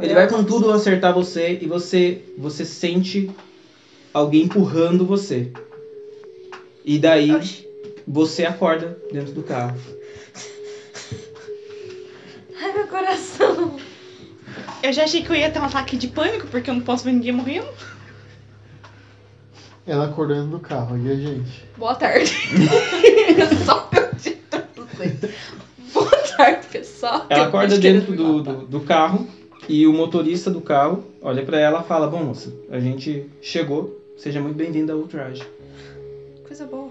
Ele vai com tudo acertar você e você você sente alguém empurrando você. E daí Oxi. você acorda dentro do carro. Ai, meu coração. Eu já achei que eu ia ter um ataque de pânico, porque eu não posso ver ninguém morrendo. Ela acordando no carro, e a gente? Boa tarde. Só pelo título. Boa tarde, pessoal. um Ela acorda dentro do, do. do, do carro e o motorista do carro olha pra ela e fala: "Bom, moça, a gente chegou. Seja muito bem-vinda ao Ultraje." Coisa boa.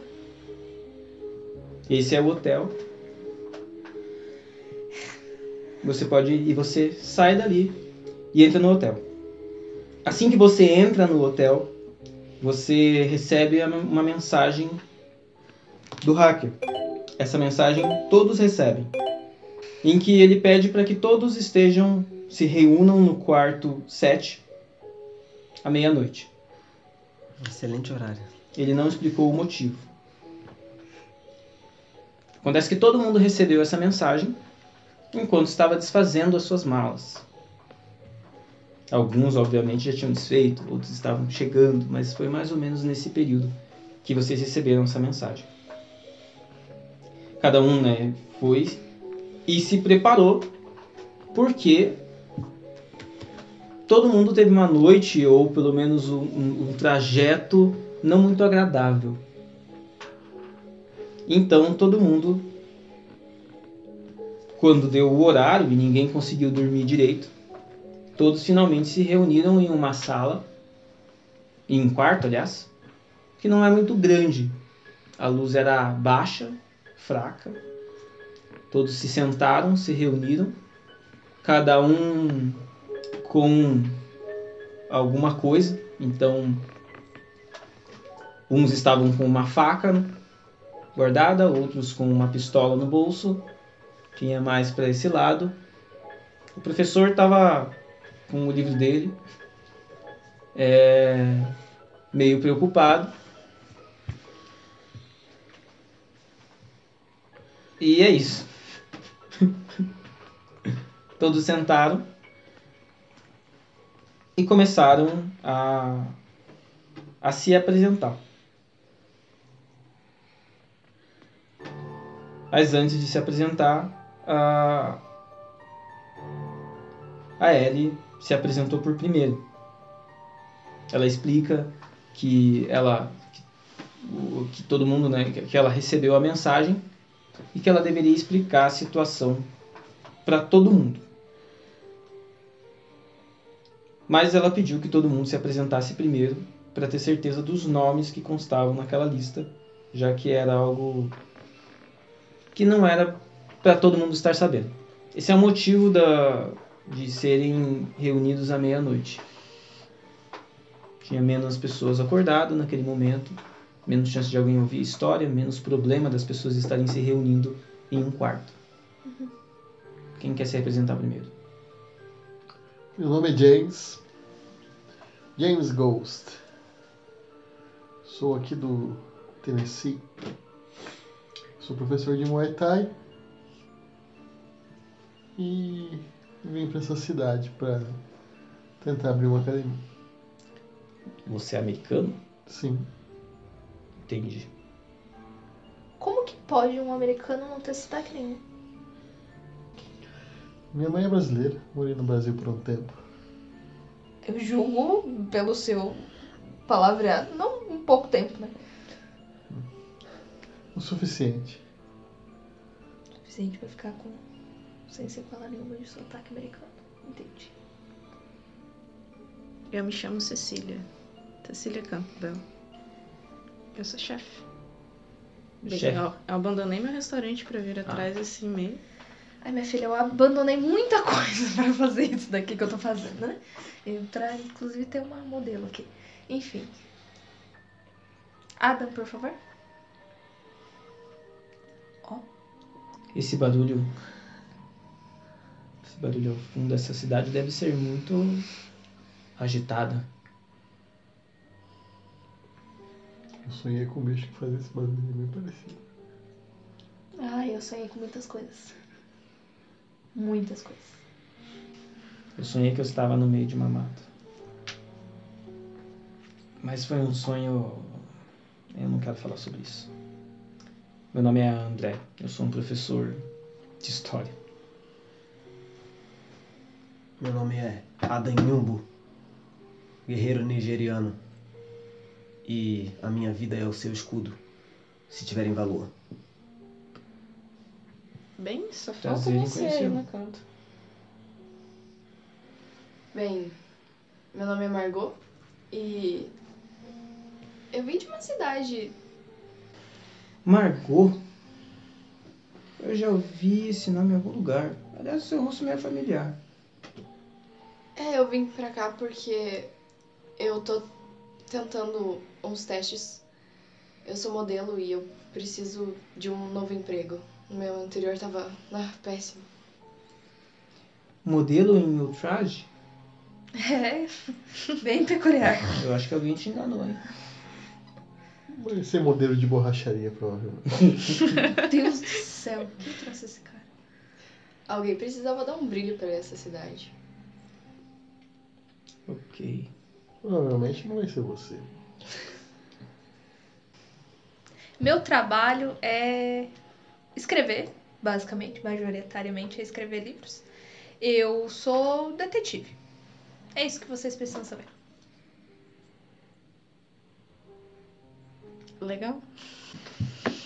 Esse é o hotel. Você pode e você sai dali e entra no hotel. Assim que você entra no hotel, você recebe a- uma mensagem do hacker. Essa mensagem todos recebem, em que ele pede para que todos estejam se reúnam no quarto 7 à meia-noite. Excelente horário. Ele não explicou o motivo. Acontece que todo mundo recebeu essa mensagem enquanto estava desfazendo as suas malas. Alguns, obviamente, já tinham desfeito, outros estavam chegando, mas foi mais ou menos nesse período que vocês receberam essa mensagem. Cada um né, foi e se preparou porque todo mundo teve uma noite ou pelo menos um- um- um trajeto não muito agradável. Então todo mundo, quando deu o horário e ninguém conseguiu dormir direito, todos finalmente se reuniram em uma sala, em um quarto, aliás, que não é muito grande. A luz era baixa, fraca. Todos se sentaram, se reuniram, cada um com alguma coisa. Então Uns estavam com uma faca guardada, outros com uma pistola no bolso. Tinha mais para esse lado. O professor estava com o livro dele, é, meio preocupado. E é isso. Todos sentaram e começaram a, a se apresentar. Mas antes de se apresentar, a, a Ellie se apresentou por primeiro. Ela explica que ela que, o- que todo mundo, né, que- que ela recebeu a mensagem e que ela deveria explicar a situação para todo mundo. Mas ela pediu que todo mundo se apresentasse primeiro para ter certeza dos nomes que constavam naquela lista, já que era algo que não era para todo mundo estar sabendo. Esse é o motivo da, de serem reunidos à meia-noite. Tinha menos pessoas acordadas naquele momento, menos chance de alguém ouvir história, menos problema das pessoas estarem se reunindo em um quarto. Quem quer se representar primeiro? Meu nome é James. James Ghost. Sou aqui do Tennessee. Sou professor de Muay Thai. E vim pra essa cidade pra tentar abrir uma academia. Você é americano? Sim. Entendi. Como que pode um americano não ter sotaque nenhum? Minha mãe é brasileira. Morei no Brasil por um tempo. Eu julgo pelo seu palavreado. Não um pouco tempo, né? O suficiente. Suficiente pra ficar com. sem sequela nenhuma de sotaque americano. Entendi. Eu me chamo Cecília. Cecília Campbell. Eu sou chefe. Bem, Chefe. Ah. Eu, eu abandonei meu restaurante pra vir atrás desse e-mail. Ai, minha filha, eu abandonei muita coisa pra fazer isso daqui que eu tô fazendo, né? Eu tra... Inclusive tem uma modelo aqui. Enfim. Adam, por favor. Esse barulho. Esse barulho ao fundo dessa cidade deve ser muito agitada. Eu sonhei com um bicho que fazia esse barulho bem parecido. Ai, eu sonhei com muitas coisas. Muitas coisas. Eu sonhei que eu estava no meio de uma mata. Mas foi um sonho. Eu não quero falar sobre isso. Meu nome é André. Eu sou um professor de história. Meu nome é Adanyumbo, guerreiro nigeriano. E a minha vida é o seu escudo, se tiverem valor. Bem, só falta Prazer em você aí conhecê-lo. no canto. Bem, meu nome é Margot e eu vim de uma cidade. Margot? Eu já ouvi esse nome em algum lugar. Aliás, o seu rosto me é familiar. É, eu vim pra cá porque eu tô tentando uns testes. Eu sou modelo e eu preciso de um novo emprego. O meu anterior tava ah, péssimo. Modelo em ultraje? É, bem peculiar. Eu acho que alguém te enganou, hein? Vai ser modelo de borracharia, provavelmente. Meu Deus do céu, quem trouxe esse cara? Alguém precisava dar um brilho pra essa cidade. Ok. Provavelmente não vai ser você. Meu trabalho é escrever, basicamente, majoritariamente é escrever livros. Eu sou detetive. É isso que vocês precisam saber. Legal?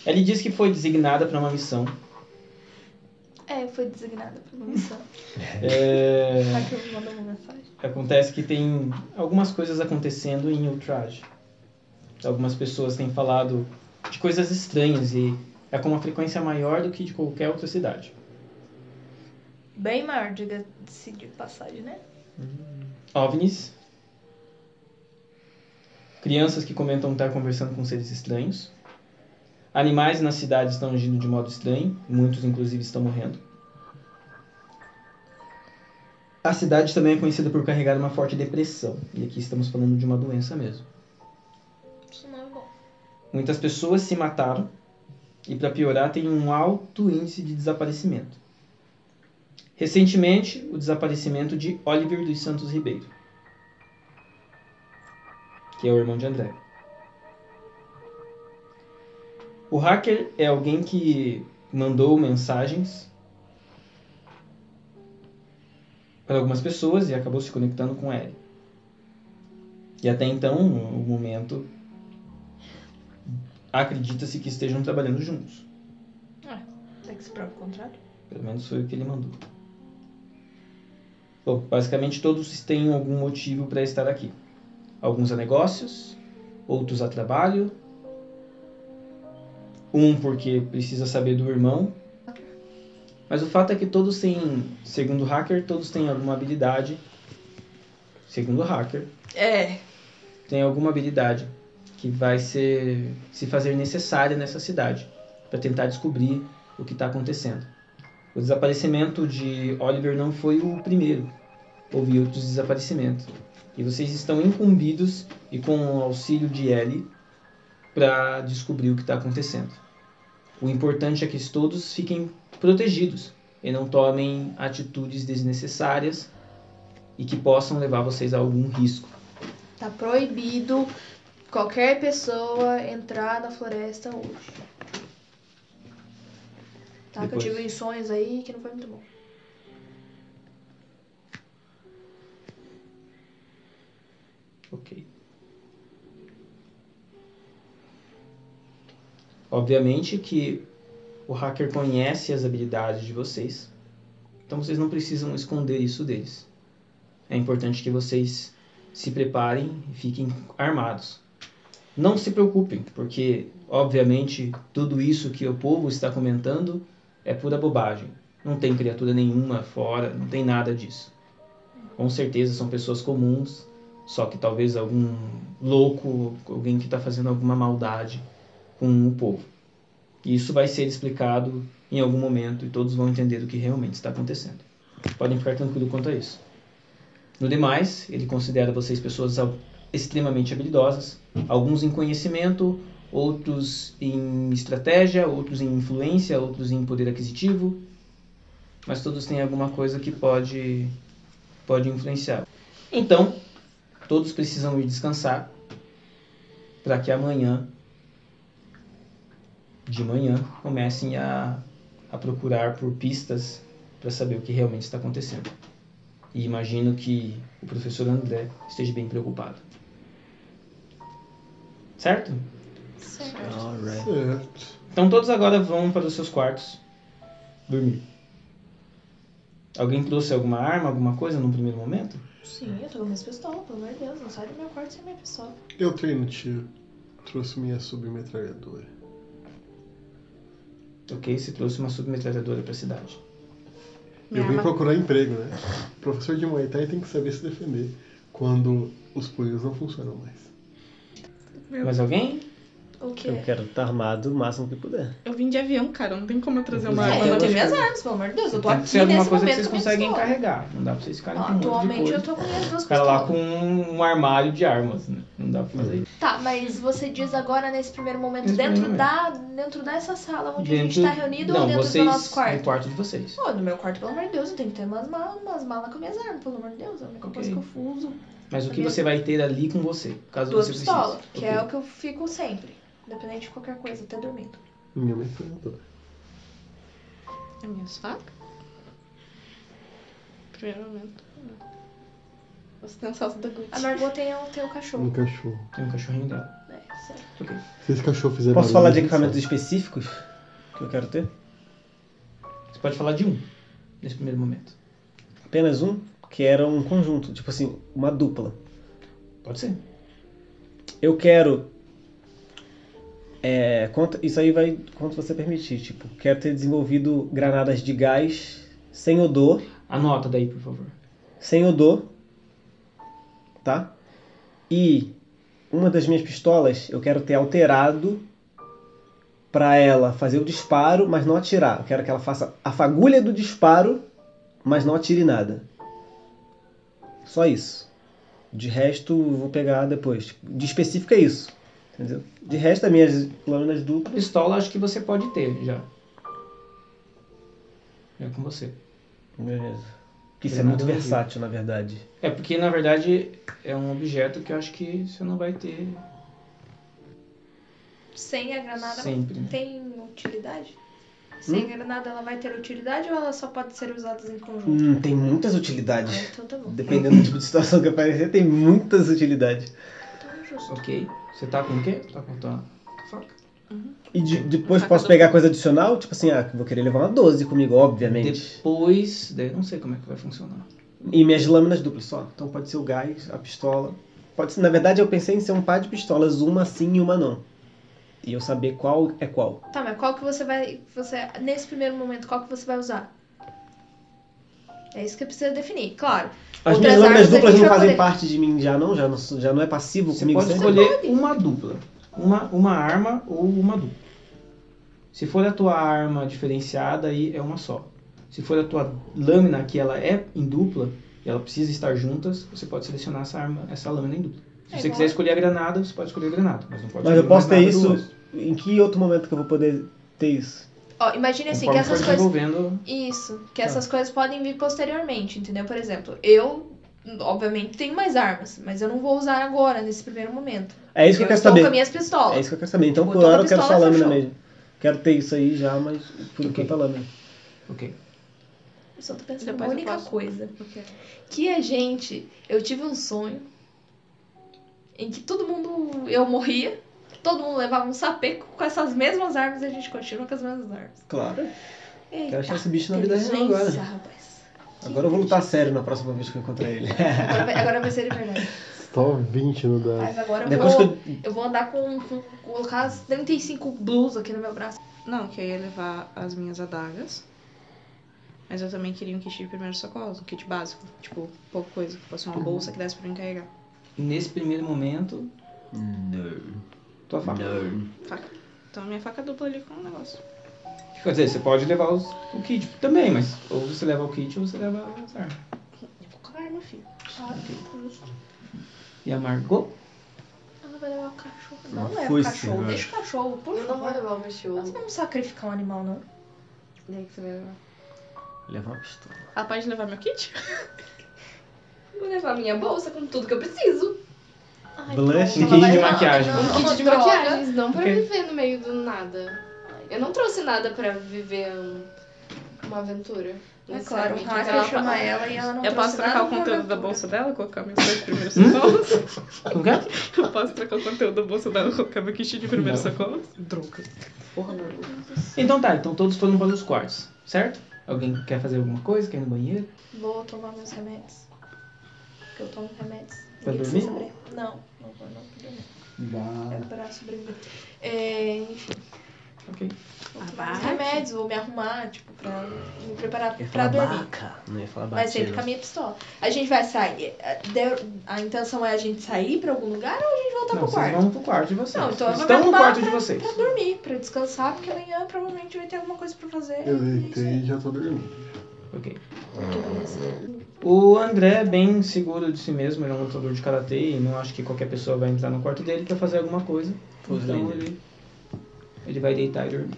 Ele diz que foi designada para uma missão. É, eu fui designada para uma missão. É... Será que eu mando uma mensagem? Acontece que tem algumas coisas acontecendo em Ultrage. Algumas pessoas têm falado de coisas estranhas e é com uma frequência maior do que de qualquer outra cidade. Bem maior, diga-se de passagem, né? OVNIs. Crianças que comentam estar conversando com seres estranhos. Animais na cidade estão agindo de modo estranho, muitos inclusive estão morrendo. A cidade também é conhecida por carregar uma forte depressão, e aqui estamos falando de uma doença mesmo. Isso não é bom. Muitas pessoas se mataram e, para piorar, tem um alto índice de desaparecimento. Recentemente, o desaparecimento de Oliver dos Santos Ribeiro, que é o irmão de André. O hacker é alguém que mandou mensagens para algumas pessoas e acabou se conectando com ele. E até então, o momento, acredita-se que estejam trabalhando juntos. Tem que se prova o contrário. Pelo menos foi o que ele mandou. Bom, basicamente todos têm algum motivo para estar aqui. Alguns a negócios, outros a trabalho. Um porque precisa saber do irmão. Mas o fato é que todos têm, segundo o hacker, todos têm alguma habilidade. Segundo o hacker, É. tem alguma habilidade que vai ser se fazer necessária nessa cidade para tentar descobrir o que está acontecendo. O desaparecimento de Oliver não foi o primeiro. Houve outros desaparecimentos. E vocês estão incumbidos e com o auxílio de Ellie para descobrir o que está acontecendo. O importante é que todos fiquem protegidos e não tomem atitudes desnecessárias e que possam levar vocês a algum risco. Tá proibido qualquer pessoa entrar na floresta hoje. Tá, Depois. que eu tive uns sonhos aí que não foi muito bom. Ok. Obviamente que o hacker conhece as habilidades de vocês, então vocês não precisam esconder isso deles. É importante que vocês se preparem e fiquem armados. Não se preocupem, porque obviamente tudo isso que o povo está comentando é pura bobagem. Não tem criatura nenhuma fora, não tem nada disso. Com certeza são pessoas comuns só que talvez algum louco, alguém que está fazendo alguma maldade com o povo. E isso vai ser explicado em algum momento e todos vão entender o que realmente está acontecendo. Podem ficar tranquilos quanto a isso. No demais, ele considera vocês pessoas al- extremamente habilidosas, alguns em conhecimento, outros em estratégia, outros em influência, outros em poder aquisitivo, mas todos têm alguma coisa que pode pode influenciar. Então, todos precisam ir descansar para que amanhã, de manhã, comecem a, a procurar por pistas para saber o que realmente está acontecendo. E imagino que o professor André esteja bem preocupado. Certo? Certo. Alright. Certo. Então todos agora vão para os seus quartos dormir. Alguém trouxe alguma arma, alguma coisa no primeiro momento? Sim, eu tô com minhas pistolas, pelo amor de Deus. Não sai do meu quarto sem minha pistola. Eu treino tiro. Trouxe minha submetralhadora. Ok, você trouxe uma submetralhadora para a cidade. Minha eu vim arma- procurar emprego, né? Professor de Muay Thai tem que saber se defender quando os punhos não funcionam mais. Mais alguém? O quê? Eu quero estar armado o máximo que puder. Eu vim de avião, cara. Não tem como eu trazer uma É, arma. eu tenho minhas armas, pelo amor de Deus. Eu tô Tem que aqui ser alguma nesse coisa que momento vocês com minha conseguem pistola. encarregar. Não dá pra vocês ficarem Não, com um monte de atualmente eu coisa. tô com minhas duas O cara lá pistolas. com um armário de armas, né? Não dá pra fazer isso. Tá, mas você diz agora nesse primeiro momento, Nesse dentro, primeiro da, dentro dessa sala onde a gente tá reunido não, ou dentro vocês, do nosso quarto? No quarto de vocês. Pô, no meu quarto, pelo amor de Deus, eu tenho que ter umas malas, umas malas com minhas armas, pelo amor de Deus. É a única coisa que Ok. eu uso. Mas o que Minha- você vai ter ali com você, caso Duas você precise? pistolas, que Ok. é o que eu fico sempre. Independente de qualquer coisa, até dormindo. Minha metralhadora. É As minhas facas? Primeiro momento. um Ostentosa da Gucci. A Margot tem o, tem o Uhum. Um cachorro. cachorro. Tem um cachorrinho dela. É, certo. Ok. Se esse cachorro fizer barulho, Posso falar de eu equipamentos saio. específicos que eu quero ter? Você pode falar de um nesse primeiro momento. Apenas um, que era um conjunto, tipo assim, uma dupla. Pode ser. Eu quero. É, quanto, isso aí vai quanto você permitir. Tipo, quero ter desenvolvido granadas de gás sem odor. Anota daí, por favor. Sem odor. Tá? E uma das minhas pistolas eu quero ter alterado pra ela fazer o disparo, mas não atirar. Eu quero que ela faça a fagulha do disparo, mas não atire nada. Só isso. De resto, eu vou pegar depois. Tipo, De específico é isso. Entendeu? De resto, as minhas lâminas A duplas. pistola acho que você pode ter já. É com você. Beleza. Que isso é muito versátil, na verdade. É porque na verdade é um objeto que eu acho que você não vai ter Sem a granada sempre. né? Hum? tem utilidade? Sem a granada ela vai ter utilidade ou ela só pode ser usada em conjunto? Hum, tem muitas Ah, utilidades. então tá bom. Dependendo do tipo de situação que aparecer, tem muitas utilidades. Então justo. Ok. Você tá com o quê? Tá com a tua tua faca? E de- depois Faca posso do- pegar coisa adicional? Tipo assim, ah, vou querer levar uma 12 comigo, obviamente. Depois. Daí eu não sei como é que vai funcionar. E minhas lâminas duplas só. Então pode ser o gás, a pistola. Pode ser, na verdade, eu pensei em ser um par de pistolas, uma sim e uma não. E eu saber qual é qual. Tá, mas qual que você vai. Você, nesse primeiro momento, qual que você vai usar? É isso que eu preciso definir, claro. As Outras minhas lâminas armas a duplas gente não vai fazem poder. parte de mim já, não? Já não, sou- já não é passivo Você comigo pode sempre? escolher uma dupla. Uma, uma arma ou uma dupla. Se for a tua arma diferenciada, aí é uma só. Se for a tua lâmina, que ela é em dupla, e ela precisa estar juntas, você pode selecionar essa arma, essa lâmina em dupla. Se você É igual- quiser escolher a granada, você pode escolher a granada. Mas, não pode Mas eu escolher posso ter nada do isso- outro. Em que outro momento que eu vou poder ter isso? Ó, imagine assim, que Conforme essas for coisas. desenvolvendo- Isso, Tá. que essas coisas podem vir posteriormente, entendeu? Por exemplo, eu, obviamente, tenho mais armas, mas eu não vou usar agora, nesse primeiro momento. É isso que eu, quero estou saber. com as minhas pistolas. É isso que eu quero saber. Então, Botou por hora, na eu quero só pistola, lâmina fechou. mesmo. Quero ter isso aí já, mas por Ok. enquanto a lâmina. Ok. Eu só tô pensando Depois uma eu única posso. coisa. Ok. Que a gente. Eu tive um sonho em que todo mundo. Eu morria, todo mundo levava um sapeco com essas mesmas armas e a gente continua com as mesmas armas. Claro. Quero achar Eita, esse bicho na vida real agora. inteligência, rapaz. Agora eu vou lutar sério na próxima vez que eu encontrar ele. Agora vai, agora vai ser de verdade. Só 20 no dado. Mas agora eu Depois que vou, eu... eu vou andar com, com. colocar as 35 blues aqui no meu braço. Não, que eu ia levar as minhas adagas. Mas eu também queria um kit de primeiro socorro, um kit básico. Tipo, pouca coisa. Que fosse Uhum. uma bolsa que desse pra mim carregar. E nesse primeiro momento, tua faca. Faca. Então a minha faca dupla ali com um negócio. Quer dizer, você pode levar os- o kit também, mas ou você leva o kit ou você leva as armas. Eu vou com a arma, filho. E a Margot? Ela vai levar o cachorro. Uma Não leva o foice, cachorro. velho. Deixa o cachorro, por Eu não vou favor. levar o cachorro. Nós não vamos sacrificar um animal, não. Daí que você vai levar. Levar uma pistola. Ela pode levar meu kit? vou levar minha bolsa com tudo que eu preciso. Ai, Blush, não, kit de não, não, maquiagem. não, Um Uma kit de droga. maquiagens, não pra Ok. viver no meio do nada. Eu não trouxe nada pra viver um- uma aventura. É claro, o necessariamente. Então hacker Ela- tá chama ela e ela não Eu trouxe posso trocar o nada pra conteúdo da aventura. bolsa dela, colocar meus dois primeiros Hum? socorros? Como que é? Eu posso trocar o conteúdo da bolsa dela, colocar meu kit de primeiros Não. socorros? Droga. Porra, não. Então tá, então todos foram para os quartos, certo? Alguém quer fazer alguma coisa? Quer ir no banheiro? Vou tomar meus remédios. Porque eu tomo remédios. Pra Ninguém dormir? precisa saber. Não, não vou não pra dormir. É Dá. braço dormir. É, enfim, Ok. vou tomar Abaca. meus remédios, vou me arrumar, tipo, pra me preparar Eu ia pra falar dormir. baca. Não ia falar baca. Mas sempre com a minha pistola. A gente vai sair. a- de- A intenção é a gente sair pra algum lugar ou a gente voltar não, vocês pro quarto? vão pro quarto de vocês. Não, então eu vou me Estão no arrumar quarto de vocês. Pra dormir, pra descansar, porque amanhã provavelmente vai ter alguma coisa pra fazer. Eu e é isso aí. deitei e já tô dormindo. Ok. O André é bem seguro de si mesmo, ele é um lutador de karatê e não acho que qualquer pessoa vai entrar no quarto dele pra fazer alguma coisa. Pois então é. ele, ele vai deitar e dormir.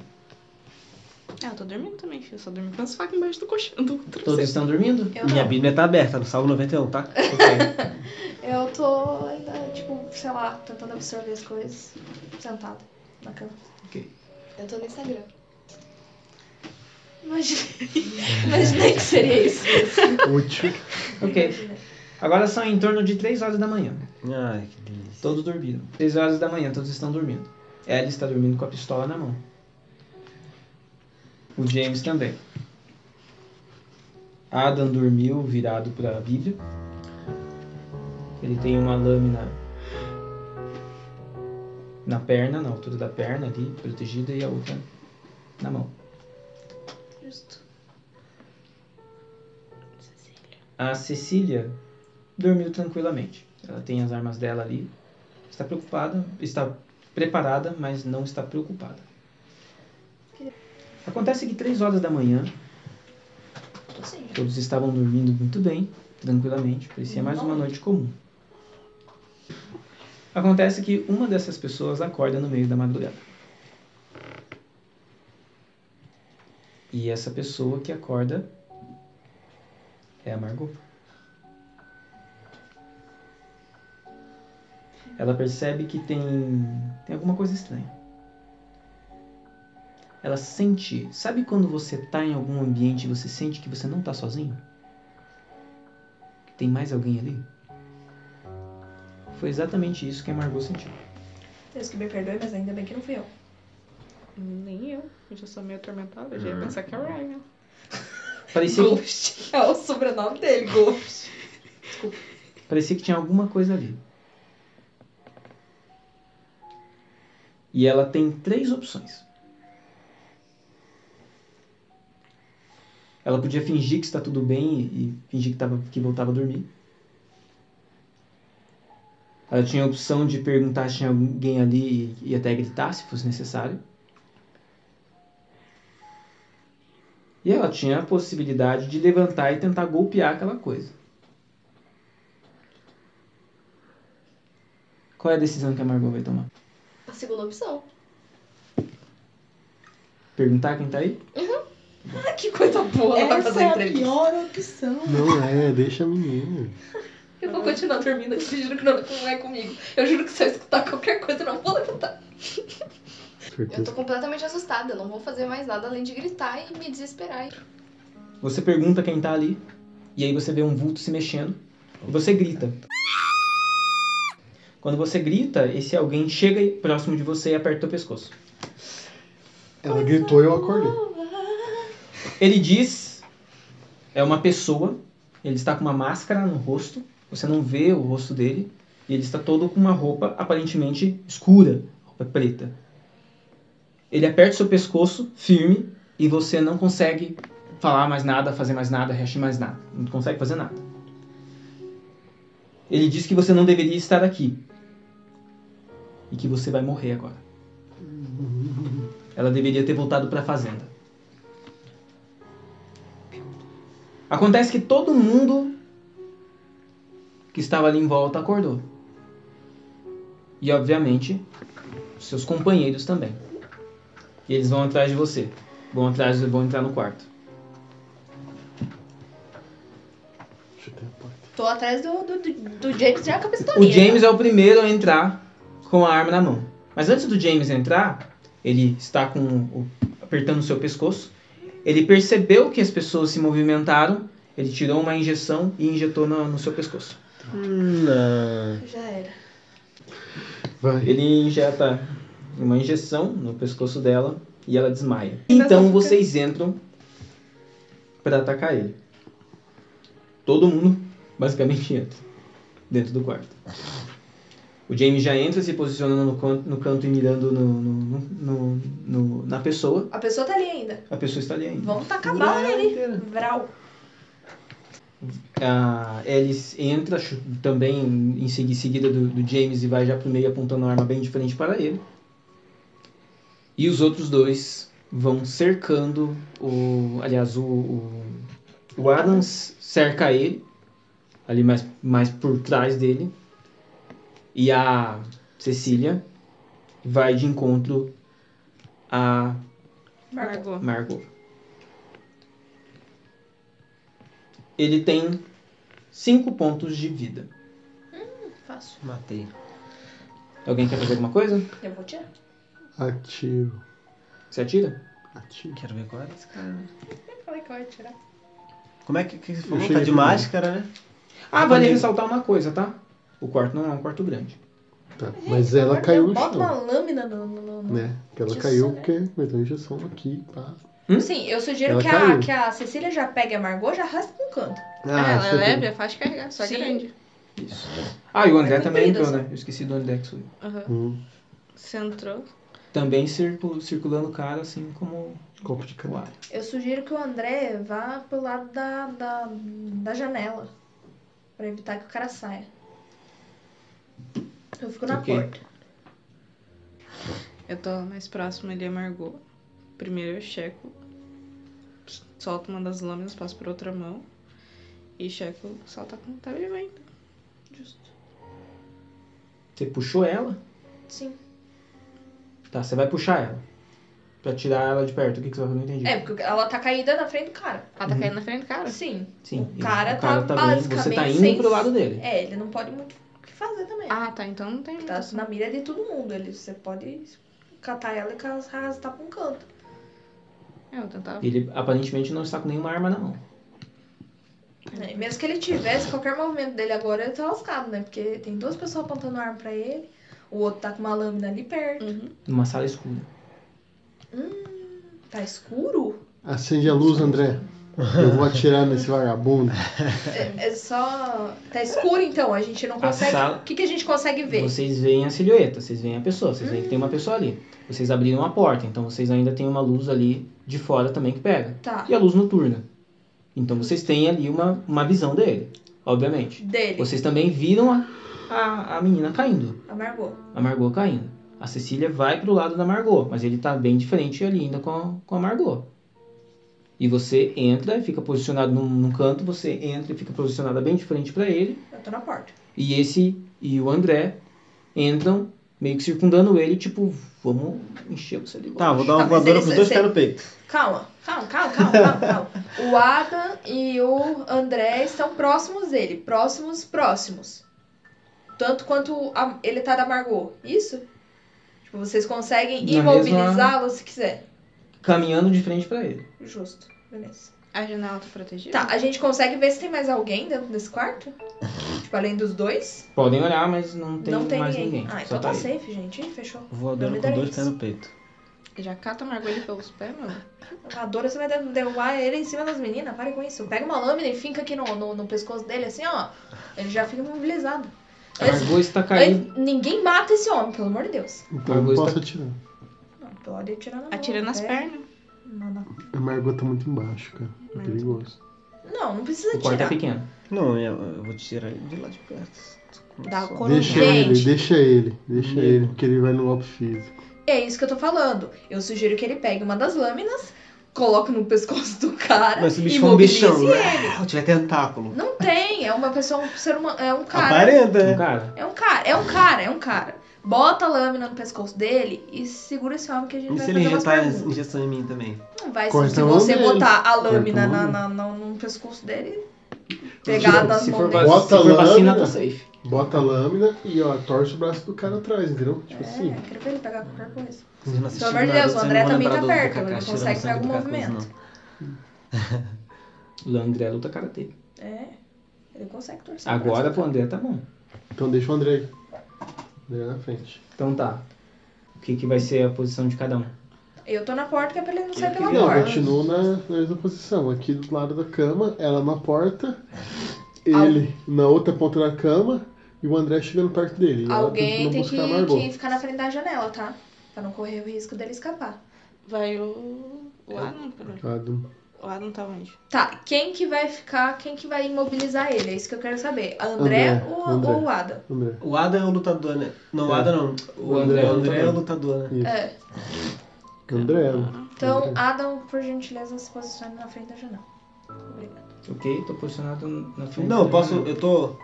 Ah, eu tô dormindo também, filho. Eu só dormi com as facas embaixo do colchão do outro. Todos estão dormindo? Eu Minha não. Bíblia tá aberta, no Salmo 91, tá? Ok. Eu tô ainda, tipo, sei lá, tentando absorver as coisas sentada na cama. Eu tô no Instagram. Imaginei, imaginei que seria isso. Útil. ok. Agora são em torno de 3 horas da manhã. Ai, que delícia. Todos dormiram. 3 horas da manhã, todos estão dormindo. Ela está dormindo com a pistola na mão. O James também. Adam dormiu virado para a Bíblia. Ele tem uma lâmina na perna, na altura da perna ali, protegida, e a outra na mão. Justo. A Cecília dormiu tranquilamente. Ela tem as armas dela ali. Está preocupada, está preparada, mas não está preocupada. Acontece que três horas da manhã, Tô sim. todos estavam dormindo muito bem, tranquilamente. Parecia mais uma noite comum. Acontece que uma dessas pessoas acorda no meio da madrugada. E essa pessoa que acorda é a Margot. Ela percebe que tem tem alguma coisa estranha. Ela sente, sabe quando você tá em algum ambiente e você sente que você não tá sozinho? Que Tem mais alguém ali? Foi exatamente isso que a Margot sentiu. Deus que me perdoe, mas ainda bem que não fui eu. Nem eu. Eu já sou meio atormentada. Eu já ia pensar que é o Ryan. Parecia que, Ghost. É o sobrenome dele, Ghost. parecia que tinha alguma coisa ali. E ela tem três opções. Ela podia fingir que está tudo bem e e fingir que, tava, que voltava a dormir. Ela tinha a opção de perguntar se tinha alguém ali e, e até gritar se fosse necessário. E ela tinha a possibilidade de levantar e tentar golpear aquela coisa. Qual é a decisão que a Margot vai tomar? A segunda opção. Perguntar quem tá aí? Ah, que coisa boa, ela vai fazer entrevista. opção. Não é, deixa a menina. Eu vou continuar dormindo aqui, eu juro que não, não é comigo. Eu juro que se eu escutar qualquer coisa, eu não vou levantar. Eu Certeza. tô completamente assustada. Não vou fazer mais nada além de gritar e me desesperar. Você pergunta quem tá ali, e aí você vê um vulto se mexendo, e você grita. Quando você grita, esse alguém chega próximo de você e aperta o pescoço. Ela gritou e eu acordei. Ele diz, é uma pessoa, ele está com uma máscara no rosto, você não vê o rosto dele, e ele está todo com uma roupa aparentemente escura, roupa preta. Ele aperta o seu pescoço, firme, e você não consegue falar mais nada, fazer mais nada, reagir mais nada. Não consegue fazer nada. Ele diz que você não deveria estar aqui. E que você vai morrer agora. Ela deveria ter voltado para a fazenda. Acontece que todo mundo que estava ali em volta acordou. E obviamente, seus companheiros também. E eles vão atrás de você. Vão atrás, vão entrar no quarto. Deixa eu ter a porta. Tô atrás do, do, do- do James já com a Tá O pistolinha. James é o primeiro a entrar com a arma na mão. Mas antes do James entrar, ele está com o, apertando o seu pescoço. Ele percebeu que as pessoas se movimentaram. Ele tirou uma injeção e injetou no, no seu pescoço. Não. Já era. Vai. Ele injeta uma injeção no pescoço dela e ela desmaia. Então vocês entram para atacar ele. Todo mundo basicamente entra dentro do quarto. O James já entra se posicionando no canto, no canto e mirando no, no- no- no- na pessoa. A pessoa tá ali ainda. A pessoa está ali ainda. Vamos tacar bala nele. Vral. A Alice entra chu- também em segui- seguida do, do James e vai já pro meio apontando a arma bem de frente para ele. E os outros dois vão cercando o. Aliás, o. O, o Adams cerca ele. Ali mais, mais por trás dele. E a Cecília vai de encontro a Margot. Margot. Ele tem 5 pontos de vida. Faço. Matei. Alguém quer fazer alguma coisa? Eu vou tirar. Atiro. Você atira? Atiro. Quero ver agora. Esse cara. Eu falei que eu ia tirar. Como é que, que você Eu falou? Tá cheguei de primeiro. máscara, né? Ah, Eu vale também. ressaltar uma coisa, tá? O quarto não é um quarto grande. Tá. Mas ela caiu no Bota uma chão. lâmina no. no, no- no- Né? Porque ela Isso, caiu né? porque meteu injeção aqui. Pá. Hum? Sim, eu sugiro Ela que a, caiu. que a Cecília já pegue a Margot e já raspe um canto. Ah, ela é acertei. leve, é fácil de carregar, só Sim. grande. Isso. Ah, e o André É também comprido, entrou, né? Eu esqueci do André que foi. Aham. Hum, Você entrou. Também circu- circulando o cara, assim como copo de o caneta. ar. Eu sugiro que o André vá pro lado da, da, da janela. Pra evitar que o cara saia. Eu fico na Ok. porta. Eu tô mais próximo, ele é Margot. Primeiro eu checo, solto uma das lâminas, passo pra outra mão. E checo, solta com tá vivo ainda. Justo. Você puxou ela? Sim. Tá, você vai puxar ela. Pra tirar ela de perto. O que, que você vai fazer? Não entendi. É, porque ela tá caída na frente do cara. Ela tá caindo na frente do cara. Sim. Ah, Sim. o cara tá bem- Você tá basicamente indo sem- pro lado dele. É, ele não pode muito o que fazer também. Ah, tá, então não tem muita Tá ação. na mira de todo mundo. Ele, você pode catar ela e arrastar pra um canto. É, Eu tentava. Ele aparentemente não está com nenhuma arma na mão. né? E Mesmo que ele tivesse, qualquer movimento dele agora, ele tá lascado, né? Porque tem duas pessoas apontando arma pra ele. O outro tá com uma lâmina ali perto. Uhum. Numa sala escura. Tá escuro? Acende a luz, André. Eu vou atirar nesse vagabundo. É, é só. Tá escuro então, a gente não A consegue. sala- O que, que a gente consegue ver? Hum. Vocês veem a silhueta, vocês veem a pessoa, vocês veem que tem uma pessoa ali. Vocês abriram a porta, então vocês ainda têm uma luz ali de fora também que pega. Tá. E a luz noturna. Então vocês têm ali uma, uma visão dele, obviamente. Dele. Vocês também viram a, a, a menina caindo, A Margot. a Margot caindo. A Cecília vai pro lado da Margot, mas ele tá bem de frente ali ainda com a, com a Margot. E você entra e fica posicionado num, num canto, você entra e fica posicionada bem de frente pra ele. Eu tô na porta. E esse e o André entram meio que circundando ele, tipo, vamos encher você de Tá, bola. vou dar uma Tá, mas voadora é ele- pros dois você- pés no peito. Calma, calma, calma, calma, calma, calma. O Adam e o André estão próximos dele. Próximos, próximos. Tanto quanto a- ele tá da Margot. Isso? Tipo, vocês conseguem Na imobilizá-lo se quiser. um- Caminhando de frente pra ele. Justo. Beleza. A janela tá protegida? Tá, a gente consegue ver se tem mais alguém dentro desse quarto? Tipo, além dos dois? Podem olhar, mas não tem, não tem mais ninguém. ninguém. Ah, só então tá tá ele. safe, gente. Ih, Fechou. Não Voadora me com dá dois isso. pés no peito. Já cata Margot ele pelos pés, mano. A Dora, você Ah, vai der- derrubar ele em cima das meninas. Para com isso. Pega uma lâmina e finca aqui no, no, no pescoço dele, assim, ó. Ele já fica imobilizado. A Margot está caindo. Ai, Ninguém mata esse homem, pelo amor de Deus. Então Margot eu não está- posso atirar. Não, pode atirar na mão. Atira nas até- pernas. Não, não. A Margot tá muito embaixo, cara. É perigoso. Não, não precisa O quarto é atirar. pequeno. Não, eu, eu vou tirar ele de lá de perto. Dá a um cor- Deixa Gente. ele, deixa ele. Deixa Meu. ele, porque ele vai no golpe físico. É isso que eu tô falando. Eu sugiro que ele pegue uma das lâminas, coloque no pescoço do cara Mas se o e bicho for um mobilize bichão, ele. ah, tiver tentáculo. Não tem, é uma pessoa, um ser humano, é um cara. Aparenta, Um né? cara. É um cara, é um cara, é um cara. Bota a lâmina no pescoço dele e segura esse homem que a gente E vai se fazer ele umas injetar perguntas. tá injeção em mim também? Não vai, se Corta se a mão você dele. botar a Corta a lâmina mão na, na, na- no pescoço dele, Pegar nas se for, mãos va- dele. Bota se for lâmina. vacina, tá safe. Bota a lâmina e ó, torce o braço do cara atrás, entendeu? Tipo assim. É, quero ver ele pegar qualquer coisa. Vocês não assistiram amor de nada, Deus, o vocês não André vão também lembrar tá do- do perto, Kakashi, ele da consegue noção pegar do o Kakashi, movimento. não. O André luta karatê. É. Ele consegue torcer. o Agora braço. pro André tá bom. Então deixa o André. aí. André na frente. Então tá. O que, que vai ser a posição de cada um? Eu tô na porta que é pra ele não sair pela Não, porta. continua na, na mesma posição. Aqui do lado da cama, ela na porta, ele na outra ponta da cama e o André chegando perto dele. E ela Alguém tentando tem que, buscar a Margot. que ficar na frente da janela, tá? Pra não correr o risco dele escapar. Vai o. O Adam, peraí. Ah, do- O Adam tá onde? Tá, quem que vai ficar, quem que vai imobilizar ele? É isso que eu quero saber. A André, André, ou, André. ou o Adam? André. O Ada é o lutador, né? Não, o É. Ada não. O O André André, é o André é o lutador, né? Isso. É. André. Então, André. Adam, por gentileza, se posicione na frente da janela. Obrigada. Ok, tô posicionado na frente. Não, eu do- posso. Eu tô.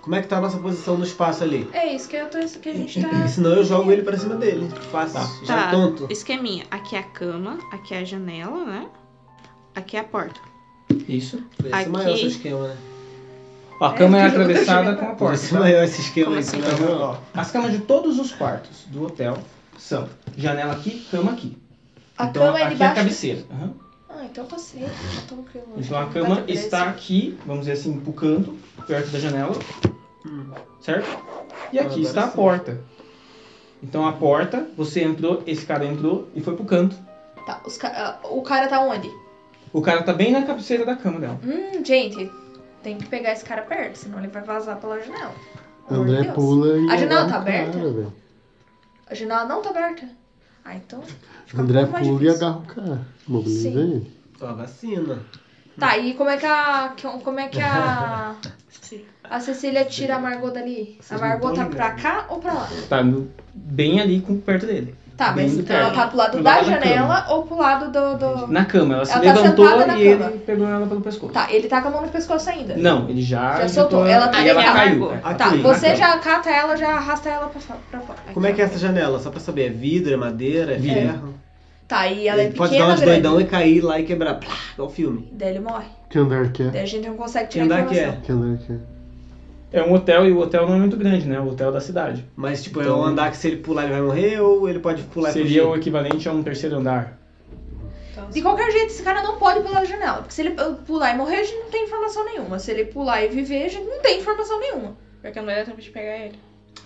Como é que tá a nossa posição no espaço ali? É isso que, eu tô, que a gente tá. Porque senão eu jogo ele pra cima dele. Fácil. Já Tá. tonto. Esqueminha. Aqui é a cama, aqui é a janela, né? Aqui é a porta. Isso. Podia ser Aqui. maior esse esquema, né? Ó, a cama É, é eu tô atravessada chegando com a Podia porta. ser maior esse esquema Como aí, tá assim? senão eu vou- ó. As camas de todos os quartos do hotel são janela aqui, cama aqui. A então cama é aqui é a debaixo- cabeceira. Aham. Ah, então você. Já tô com o- Então a Vai cama ter preço. está aqui, vamos dizer assim, pro canto, perto da janela. Certo? E aqui Agora está a sim. porta. Então a porta, você entrou, esse cara entrou e foi pro canto. Tá, os ca- ah, o cara tá onde? O cara tá bem na cabeceira da cama dela. Hum, gente, tem que pegar esse cara perto, senão ele vai vazar pela janela. Pelo amor de André Deus. pula e. A janela agarra o tá aberta? cara, velho. A janela não tá aberta. Ah, então. fica um André pouco mais pula e difícil. agarra o cara. Mobiliza Sim. ele. Ó, vacina. Tá, e como é que a. que- Como é que a. A Cecília tira a Margot dali? A Vocês não Margot tão tá ligando. pra cá ou pra lá? Tá no- bem ali com, perto dele. Tá, Bem mas interno. ela tá pro lado Pro da lado da janela ou pro lado do. do- Na cama, ela se Ela tá levantou sentada na e ele cama. pegou ela pelo pescoço. Tá, ele tá com a mão no pescoço ainda. Não, ele já. Já soltou. Ela tá e ela ligada. caiu. Tá, Aqui. Tá, na você cama. já cata ela, já arrasta ela pra fo- pra fora. Como é que é essa janela? Só pra saber, é vidro, é madeira, é Vidro. ferro? Tá, e ela é Ele pode dar pequena, umas grande. doidão e cair lá e quebrar. Plá, igual o filme. Daí ele morre. Que André quer? Daí a gente não consegue Que tirar andar que informação. é? Que André quer? É um hotel e o hotel não é muito grande, né? O hotel da cidade. Mas tipo, é Então- um andar que se ele pular ele vai morrer ou ele pode pular e Seria o fugir? equivalente a um terceiro andar. é? De qualquer jeito, esse cara não pode pular da janela. Porque se ele pular e morrer, a gente não tem informação nenhuma. Se ele pular e viver, a gente não tem informação nenhuma. Porque não vai dar tempo de pegar ele.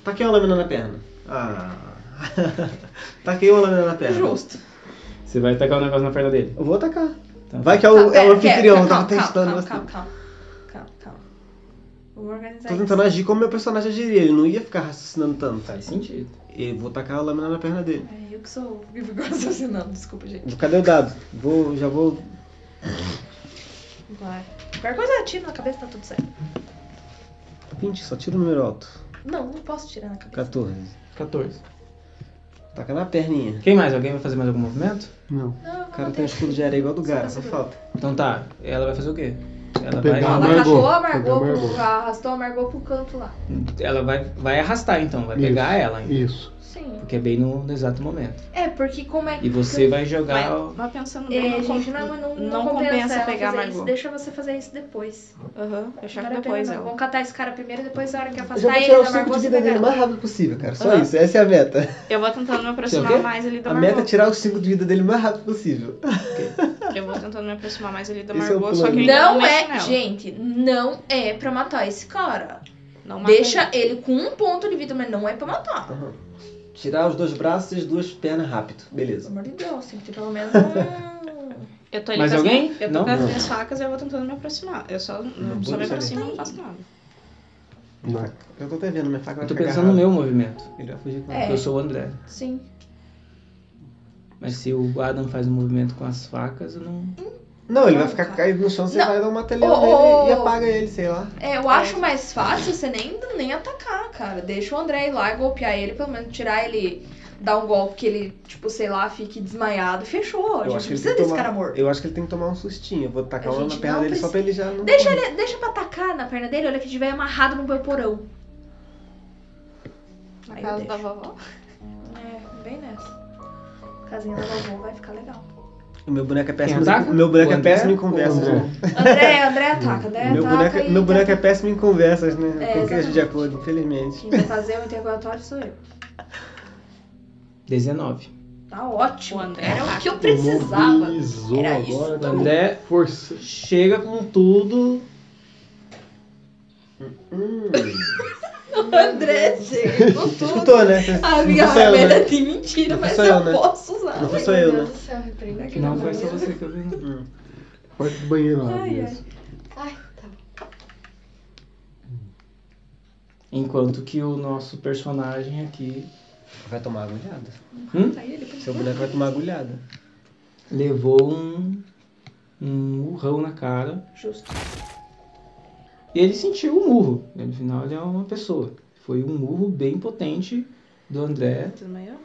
Taquei Tá uma lâmina na perna. Ah. Taquei uma lâmina na perna. Justo. Você vai tacar o negócio na perna dele. Eu vou atacar. Tá. Vai que é Tá, o, é pera, o anfitrião, pera, eu tava calma, testando. Calma, você. calma, calma. Calma, calma. Vamos organizar Tô isso. tentando agir como meu personagem agiria, ele não ia ficar raciocinando tanto. Faz sentido. E vou tacar a lâmina na perna dele. É, eu que sou raciocinando, desculpa, gente. Cadê o dado? Vou, já vou. Vai. Qualquer coisa tiro na cabeça, tá tudo certo. 20, só tira o número alto. Não, não posso tirar na cabeça. 14. 14. Taca na perninha. Quem mais? Alguém vai fazer mais algum movimento? Não. Não, O não, cara tem não um tem. escudo de areia igual do Gara, só falta. Então tá. Ela vai fazer o quê? Ela vai. Pegar Ela a Margot. arrastou Pegar a a Margot, pro- Margot. arrastou a Margot pro canto lá. Ela vai, vai arrastar então, vai pegar Isso. ela. Isso. Sim. Porque é bem no, no exato momento. É, porque como é que. E você vai jogar. Mas, o- mas pensando bem, É, não, gente, com- não, não, não, não compensa, ela pegar fazer Margot. isso. Deixa você fazer isso depois. Aham, eu Não chego vale a pena, tá depois não. ela. Vamos catar esse cara primeiro, depois na hora que Eu já afastar vou ele tirar o da suco Margot, de você vida pega dele o ela. mais rápido possível, cara. Só Aham. isso, essa é a meta. Eu vou tentando me Quer aproximar ver? mais ali da A meta é Margot. tirar o 5 de vida dele o mais rápido possível. Eu vou tentando me aproximar mais ali da Esse é o Margot, só plano. que eu ainda Não não mexo é, nela. gente, não é pra matar esse cara. Não mata Deixa ele com um ponto de vida, mas não é pra matar. Tirar os dois braços e as duas pernas rápido. Pelo Beleza. amor de Deus, tem que ter pelo menos um. Eu tô ali Mais com as- alguém? Eu tô Não? com as minhas facas e eu vou tentando me aproximar. Eu só, eu só vou me deixar assim. aproximo e ele. não faço nada. Não. Eu tô até vendo, minha faca Eu vai tô ficar pensando no agarrada. meu movimento. Ele vai fugir com É. Eu sou o André. Sim. Mas se o Adam faz um movimento com as facas, eu não. Não, ele vai ficar caído no chão, você Não. vai dar um matelhão Ô, nele e ô, ô. apaga ele, sei lá. É, eu acho mais fácil você nem, nem atacar, cara. Deixa o André ir lá e golpear ele, pelo menos tirar ele, dar um golpe que ele, tipo, sei lá, fique desmaiado. Fechou. A gente não precisa tem que desse tomar- cara morto. Eu acho que ele tem que tomar um sustinho. Eu vou tacar A uma na gente perna não dele só pra ele já não. Deixa, ele, deixa pra atacar na perna dele, olha que tiver amarrado no meu porão. Na Aí casa eu da vovó. É, bem nessa. Casinha da vovó vai ficar legal. O meu boneco é péssimo. ataca? O meu boneco O é André? péssimo em O conversas. André. né? André, André ataca, André Meu ataca. boneco, e meu boneco é tenta- péssimo em conversas, né? É, Tem que agir de exatamente. acordo, infelizmente. Quem vai fazer o interrogatório sou eu. 19. Tá ótimo. O André Era o que eu precisava. Mobilizou Era isso. agora. O né? André Tá Força. chega com tudo. Hum. O André chega com tudo. Escutou, né? Cê- A minha Não sou eu, né? remédio de mentira, Não mas sou eu, eu, né? posso usar. Não sou eu, Meu né? Deus do céu, repreenda É aqui Não, na foi mão. só você que eu vi. Hum. Porta do banheiro lá. Ai, mesmo. Ai, tá bom. Enquanto que o nosso personagem aqui Vai tomar agulhada. hum, Tá aí, ele precisa. Seu boneco vai tomar agulhada. levou um, um murrão na cara. Justo. E ele sentiu um murro. né? No final, ele é uma pessoa. Foi um murro bem potente do André. Desmaiou?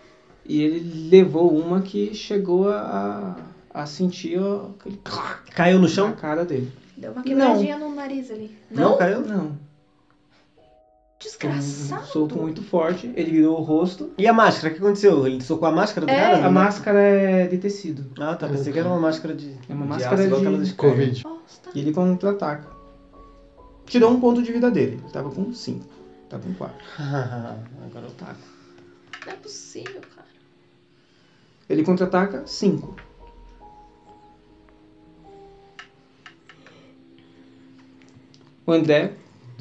E ele levou uma que chegou a, a sentir ó, aquele clac Caiu no na chão? cara dele. Deu uma Não. quebradinha no nariz ali. Não caiu. Não. Foi Um Desgraçado. soco muito forte. Ele virou o rosto. E a máscara? O que aconteceu? Ele socou a máscara do É. cara? A máscara é de tecido. Ah, tá. Pensei que era uma máscara de. É uma de máscara aço, igual de- aquela dos caras. Covid. Bosta. E ele contra-ataca. Tirou um ponto de vida dele. Ele tava com 5. Tá com 4. Agora eu taco. Não é possível, cara. Ele contra-ataca 5. O André,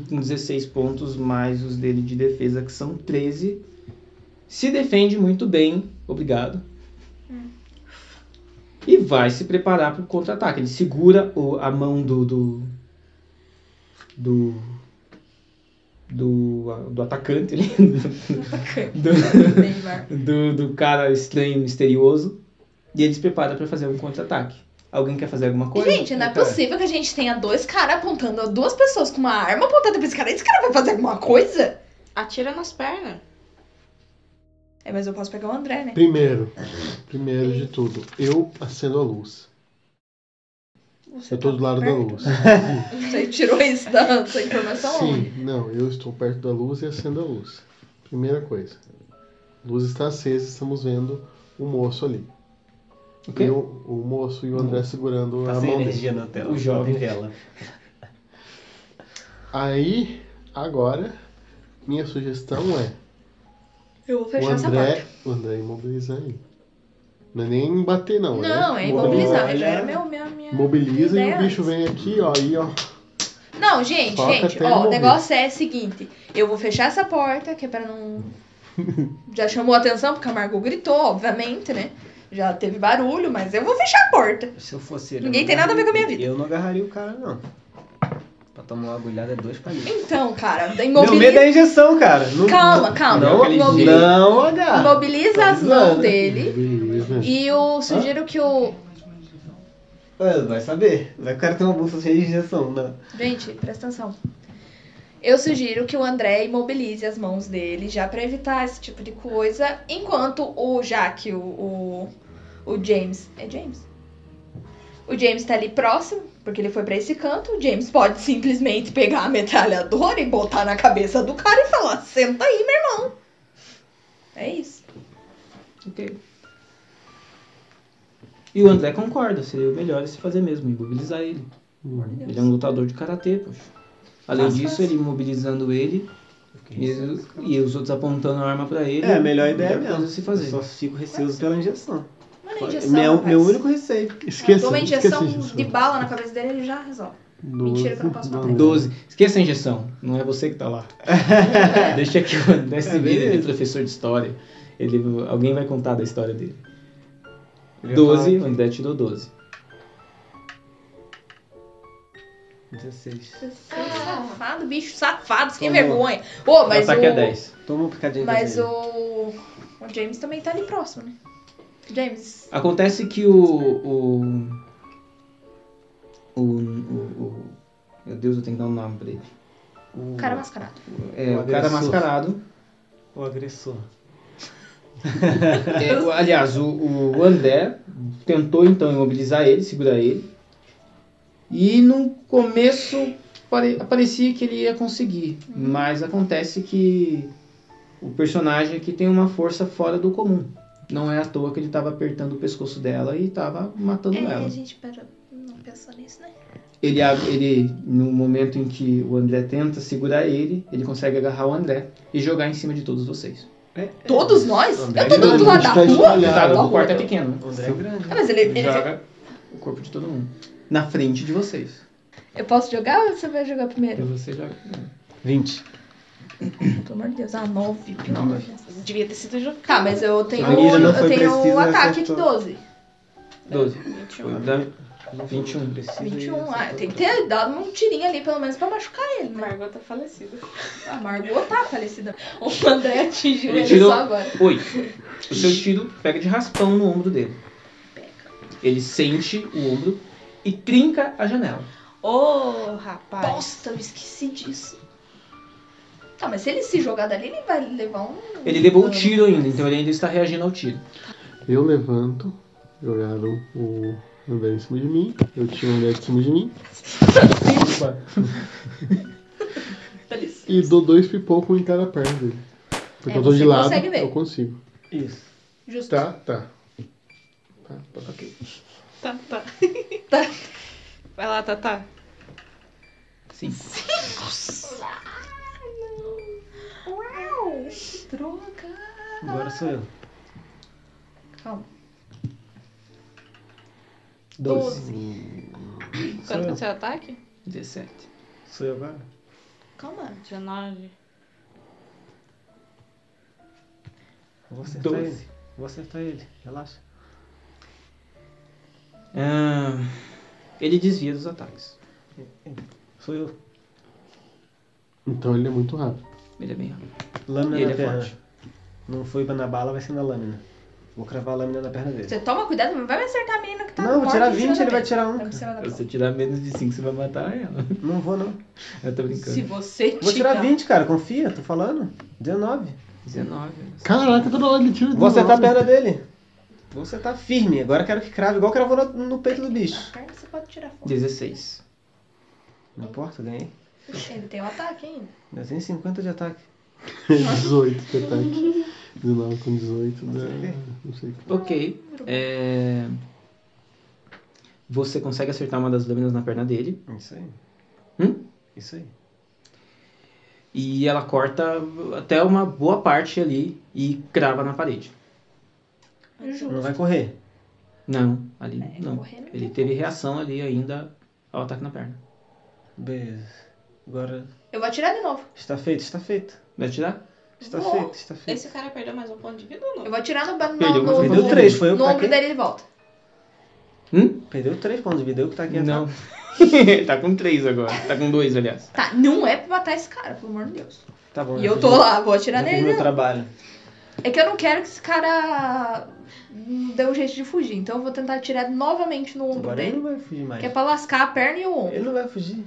com 16 pontos, mais os dele de defesa, que são 13. Se defende muito bem. Obrigado. E vai se preparar para o contra-ataque. Ele segura o- a mão do. do. do. do, a- do atacante ali. do, Neymar. do, do cara estranho, misterioso. E ele se prepara pra fazer um contra-ataque. Alguém quer fazer alguma coisa? Gente, não é Aí, cara, possível que a gente tenha dois caras apontando a duas pessoas com uma arma apontada pra esse cara. Esse cara vai fazer alguma coisa? Atira nas pernas. É, mas eu posso pegar o André, né? Primeiro, primeiro de tudo, eu acendo a luz. Você Eu tô tá do lado da perto. luz. Você tirou isso da, dessa informação? onde? Sim, não, eu estou perto da luz e acendo a luz. Primeira coisa. Luz está acesa, estamos vendo o moço ali. o quê? Eu, o moço e o André segurando Tá a sem mão energia dele. na tela. O jovem. Não tem tela. Aí, agora, minha sugestão é Eu vou o fechar essa porta. André, o André imobilizar ele. Não é nem bater não, né? Não, é imobilizar. imobilizar. Já era meu, minha, minha... Mobiliza e ideia o bicho antes. vem aqui, ó, e ó. Não, gente, Foca gente, até ó, ele o morrer. negócio é o seguinte, eu vou fechar essa porta, que é pra não... Já chamou atenção, porque a Margot gritou, obviamente, né? Já teve barulho, mas eu vou fechar a porta. Se eu fosse ele. Ninguém eu tem não nada a ver com a minha agarraria- vida. Eu não agarraria o cara, não. Pra tomar uma agulhada é dois palitos. Então, cara, Meu medo imobiliza, é a injeção, cara. Não, Calma, calma. um Não, Imobiliza. não agarra. imobiliza as mãos Imobilizando. dele Beleza. e eu sugiro que o... Ah, Vai saber. Vai que o cara tem uma bolsa cheia de injeção. né? Não. Gente, presta atenção. Eu sugiro que o André imobilize as mãos dele já pra evitar esse tipo de coisa, enquanto o Jaque, o, o, o James. É James? O James tá ali próximo, porque ele foi pra esse canto. O James pode simplesmente pegar a metralhadora e botar na cabeça do cara e falar: senta aí, meu irmão. É isso. Ok. E o André concorda, seria o melhor é se fazer mesmo, imobilizar ele. Ele é um lutador de karatê, poxa. Além Fácil, disso, fácil. ele imobilizando ele e, e os outros apontando a arma pra ele. É, a melhor ideia melhor mesmo. coisa a se fazer. Eu só fico receoso pela injeção. Mano, meu, injeção. meu único receio. Esqueça, Toma esqueça injeção né? de bala na cabeça dele ele já resolve. Mentira que eu não posso matar. 12. Esqueça a injeção. Não é você que tá lá. Deixa que o André se É vira, ele é beleza. professor de história. Ele, alguém vai contar da história dele. é 12, o André tirou 12. 16. Safado, bicho, safado, sem Tomou. vergonha. Pô, O mas ataque o... é 10. Toma um picadinho Mas dele. o... o James também tá ali próximo, né? James. Acontece que o. O. O. o- o- meu Deus, eu tenho que dar um nome pra ele. o. Cara mascarado. É, O o cara agressor. mascarado. O agressor. É, o- aliás, o, o André tentou então imobilizar ele, segurar ele. E no começo pare- parecia que ele ia conseguir, mas acontece que o personagem aqui tem uma força fora do comum. Não é à toa que ele tava apertando o pescoço dela e tava matando É, ela. a gente pera- não pensou nisso, né? Ele, ab- ele, no momento em que o André tenta segurar ele, ele consegue agarrar o André e jogar em cima de todos vocês. Hum. Todos nós? André Eu tô do outro lado da Tá rua? Ele tá, espalhado. o quarto é pequeno. né? André é grande. Ah, mas ele, ele- joga o corpo de todo mundo. Na frente de vocês. Eu posso jogar ou você vai jogar primeiro? É, Você joga. 20. Pelo amor de Deus, ah, 9, pelo amor de Deus. Devia ter sido jogado. Tá, mas eu tenho. Marília não Eu foi tenho precisa, o ataque de acertou. 12. 12. 21. Não 21. precisa 21. Ah, tem que ter dado um tirinho ali, pelo menos, pra machucar ele, né? Margot tá falecida. A Margot tá falecida. O André atingiu Ele ele, tirou- só agora. 8. O seu tiro pega de raspão no ombro dele. Ele sente o ombro e trinca a janela. Ô, rapaz. Bosta, eu esqueci disso. Tá, mas se ele se jogar dali, ele vai levar um. Ele levou o tiro ainda, então ele ainda está reagindo ao tiro. Eu levanto, jogaram o André em cima de mim, eu tinha o André em cima de mim. e dou dois pipocos em cada perna dele. Porque É, eu tô de você lado, consegue ver. eu consigo. Isso. Justo. Tá, tá. Tá, tá. Tá, tá. Vai lá, Tatá. Sim. Droga. Agora sou eu. Calma. 12. Quanto Sou que é o eu. seu ataque? 17. Sou eu agora? Calma. 19. Vou acertar Doze. ele. Vou acertar ele. Relaxa. Ah, ele desvia dos ataques. Sou eu. Então ele é muito rápido. Ele é bem rápido. Lâmina E ele na é perna. forte. Não foi na bala, vai ser na lâmina. Vou cravar a lâmina na perna dele. Você toma cuidado, não vai me acertar a menina que tá Não, vou morta tirar em 20, cima da ele vai mesa. tirar um. Tá em cima da Se mesa. você tirar menos de 5, você vai matar ela. Não vou, não. Eu tô brincando. Se você Vou tirar. tirar 20, cara. Confia, tô falando. 19. 19. Caraca, toda hora ele tira Vou acertar a perto. perna dele. Vou acertar firme. Agora quero que crave, igual cravou no, no peito do bicho. Cara, Você pode tirar fora. 16. Não importa, ganhei. Ele tem um ataque ainda. Ainda tem 50 de ataque. 18 de ataque. 19 com 18 dá. Não sei. Ok. É, Você consegue acertar uma das lâminas na perna dele. Isso aí. Hum? Isso aí. E ela corta até uma boa parte ali e crava na parede. Não vai correr. Não, ali É, não. correr não Ele teve reação ali ainda ao ataque na perna. Beleza. Agora Eu vou atirar de novo. está feito, está feito. Vai tirar? Está Vou. feito, está feito. Esse cara perdeu mais um ponto de vida ou não? Eu vou atirar no, no, Perdeu, mas no, perdeu no, três, foi eu que no ombro taquei. dele de volta. Hum? Perdeu 3 pontos de vida. Eu que tá aqui Não. atrás. tá com 3 agora. Tá com 2, aliás. Tá, não é pra matar esse cara, pelo amor de Deus. Tá bom. E já eu fiz tô meu- lá, vou já atirar fiz nele. né? meu não. trabalho. É que eu não quero que esse cara hum, dê um jeito de fugir. Então eu vou tentar atirar novamente no ombro Agora ele dele. não vai fugir mais. Que é pra lascar a perna e o ombro. Ele não vai fugir.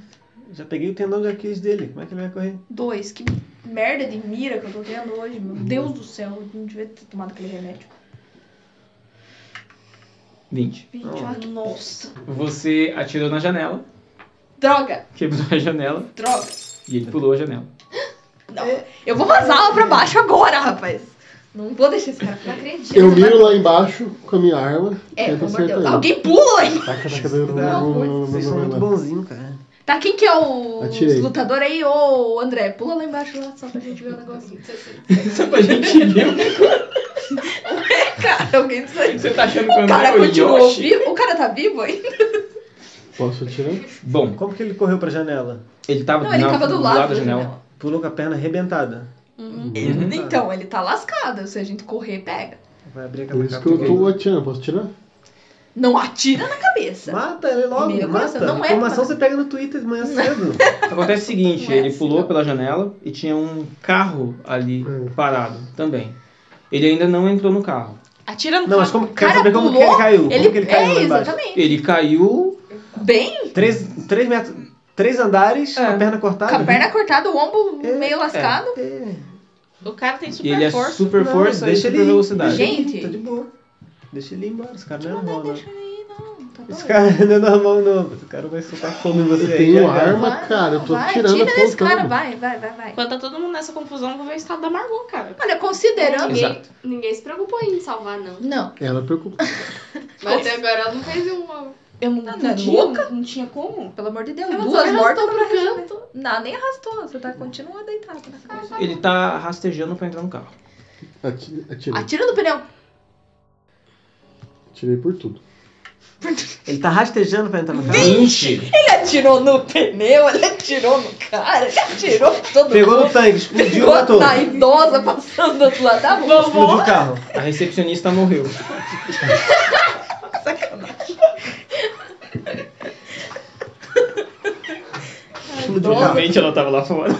Já peguei o tendão de Aquiles dele. Como é que ele vai correr? Dois, que merda de mira que eu tô tendo hoje, Hum. meu Deus do céu. Eu não devia ter tomado aquele remédio. 20. 20, olha que- Nossa. Você atirou na janela, Droga, quebrou a janela droga. e ele pulou a janela. Não. É. Eu vou vazar lá pra baixo agora, rapaz. Não vou deixar esse cara. Não acredito. né? Eu miro lá embaixo com a minha arma. É, tento pelo amor de Deus. acertar ele. Alguém pula aí. Taca, taca, taca, Não, taca, Vocês são muito taca, taca. bonzinhos, cara. Tá, quem que é o Atirei. lutador aí, ô André? Pula lá embaixo lá, só pra gente ver o negócio. Só pra gente ler. Cara, alguém diz aí. Você tá achando que O eu cara não continuou vivo? O cara tá vivo aí? Posso atirar? Bom, Como que ele correu pra janela? ele tava, Não, ele na- tava do lado, da janela. Pulou com a perna arrebentada. Uhum. Ele- Então, ele tá lascado. Se a gente correr, pega. Vai abrir aquela Por isso que eu tô atirando. Posso atirar? Não atira na cabeça. Mata ele logo, Primeiro mata. coração, não é Informação pra- você pega no Twitter de manhã cedo. Acontece o seguinte, Não é ele assim, pulou não. pela janela e tinha um carro ali Hum. parado também. Ele ainda não entrou no carro. Atira no Não, mas carro. como, quero saber como que ele pulou, caiu. Como que ele caiu lá é, embaixo. exatamente. Ele caiu, Bem, Três, três metros... Três andares, É. com a perna cortada. com a perna cortada, o ombro É, meio lascado. É. O cara tem e ele super é força. super Não, força e deixa super ele ir. velocidade. Deixa ele ir, Gente. Tá de boa. Deixa ele ir embora, esse cara não é normal, né? Não, tá Esse cara não é normal, não. Esse cara vai soltar fogo em você. um Eu tenho aí, né, já, já. arma, cara. Eu tô vai, tirando tira a desse ponta. cara, vai, vai, vai, vai. Quando tá todo mundo nessa confusão, vou ver o estado da Margot, cara. Olha, considerando. Ninguém, ninguém se preocupou em salvar, não. Não, Ela preocupa. Mas até agora ela não fez uma. Eu não Ah, não é podia, louca? não tinha como. pelo amor de Deus, Ela só duas mortas arrastou pra pro resolver. canto. Não, nem arrastou, você tá continua deitado na cama. Ele tá rastejando pra entrar no carro. Ati- Atirei. Atira no pneu. Atirei por tudo. Ele tá rastejando pra entrar no carro. Vixe! Ele atirou no pneu, ele atirou no cara, ele atirou em todo Pegou mundo. no tanque, explodiu, Pegou matou. na idosa passando do outro lado Tá da rua. Explodiu o carro. A recepcionista morreu. Explodiu o carro. Realmente ela tava lá fora.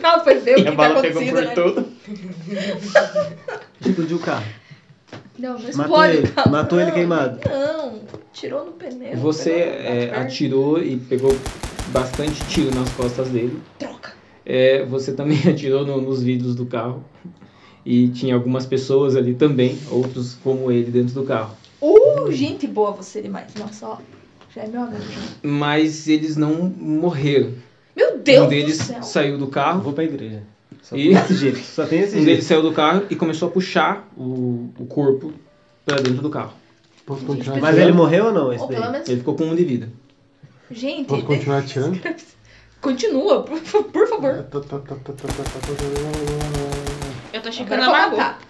Não, foi ver o E que a tá bala pegou acontecendo, por né? todo. Explodiu o carro. Não, não Matou explode. ele. Matou ele queimado. Não, tirou no pneu. Você é, atirou e pegou bastante tiro nas costas dele. Troca. É, você também atirou no- nos vidros do carro. E tinha algumas pessoas ali também, outros como ele dentro do carro. Uh, gente boa você demais. Nossa, ó. Já é meu amigo. já. Mas eles não morreram. Meu Deus um deles do céu. saiu do Eu carro. Ah, vou pra igreja. Só E- tem esse jeito. Só tem esse Um jeito. deles saiu do carro e começou a puxar o, o corpo pra dentro do carro. Posso continuar Mas atirando? ele morreu ou não? Esse Ou pelo daí? menos. Ele ficou com um de vida. Gente, Posso continuar atirando? continua, por, fa- por favor. Tá, tá, tá, tá, tá, tá, tá, Eu tô checando Agora a pode Margot. matar.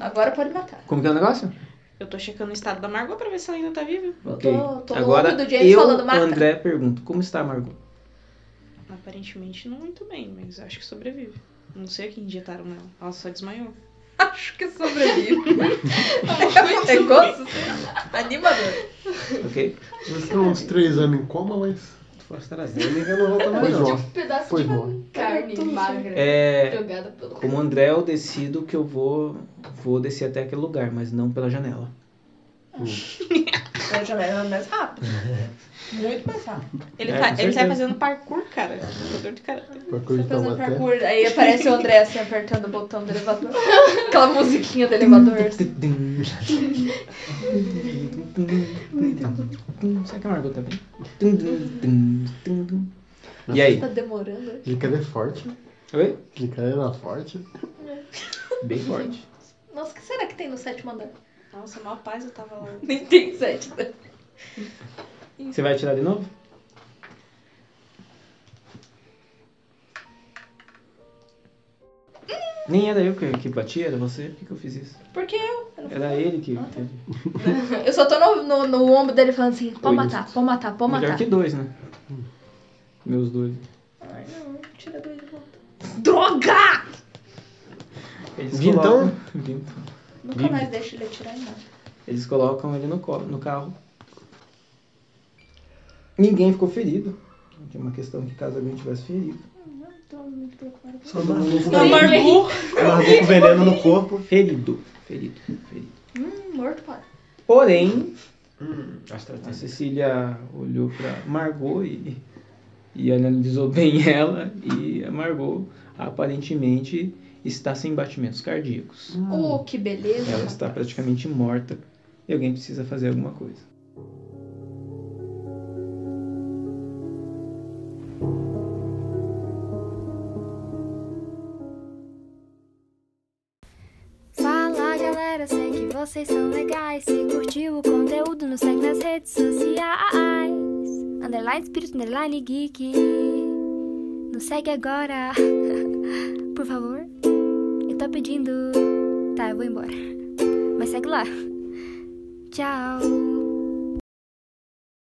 Agora pode matar. Como que é o negócio? Eu tô checando o estado da Margot pra ver se ela ainda tá viva. Ok. tô- tô no Agora ouvido do James eu, falando, mata. André, pergunto. Como está, Margot? Aparentemente não muito bem, mas acho que sobrevive. Não sei o que injetaram nela. Ela só desmaiou. Acho que sobrevive. É gosto? Animador. Ok? tá. Já ficou uns três anos em coma, mas. AstraZeneca não volta mais Pois não. morre. Um pedaço Pois de morre. carne magra É, jogada pelo. como André, eu decido que eu vou, vou descer até aquele lugar, mas não pela janela. Então, Eu já era mais rápido. Muito mais rápido. Ele, É, tá, com ele certeza. sai fazendo parkour, cara. Jogador de cara. Pra coisa da Fazendo matéria. parkour. Aí aparece o André assim apertando o botão do elevador. Aquela musiquinha do elevador. assim. Será que a Margot tá bem? E aí? Tá demorando. né? Aquele cara é forte. Oi? Aquele cara era forte. Bem forte. Nossa, o que será que tem no sétimo andar? Nossa, mal paz eu tava lá. Nem tem sete. né? Você vai atirar de novo? Nem era eu que, que bati, era você? Por que, que eu fiz isso? Porque eu. Era ele que. Eu só tô no, no, no ombro dele falando assim: Oi, pode matar, pode matar, pode Melhor matar. que dois, né? Meus dois. Ai, não, tira dois de volta. Droga! Eles Vintão? colocam- Vintão. Nunca Hum. Vive. mais deixa ele atirar em nada. Eles colocam ele no, co- no carro. Ninguém ficou ferido. Tinha uma questão que caso alguém tivesse ferido. Não tô muito preocupada com isso. Só um maluco Não, Margot! Largou com veneno no corpo. Ferido. Ferido. Ferido. Hum, morto, para. Porém, tá a Cecília olhou pra Margot e, e analisou bem ela. E a Margot aparentemente está sem batimentos cardíacos. Oh, que beleza. Hum. Ela está praticamente morta e alguém precisa fazer alguma coisa. Fala galera, sei que vocês são legais. Se curtiu o conteúdo, nos segue nas redes sociais. Underline Espírito, underline Geek. Nos segue agora, por favor. Eu tô pedindo. Tá, eu vou embora. Mas segue lá. Tchau.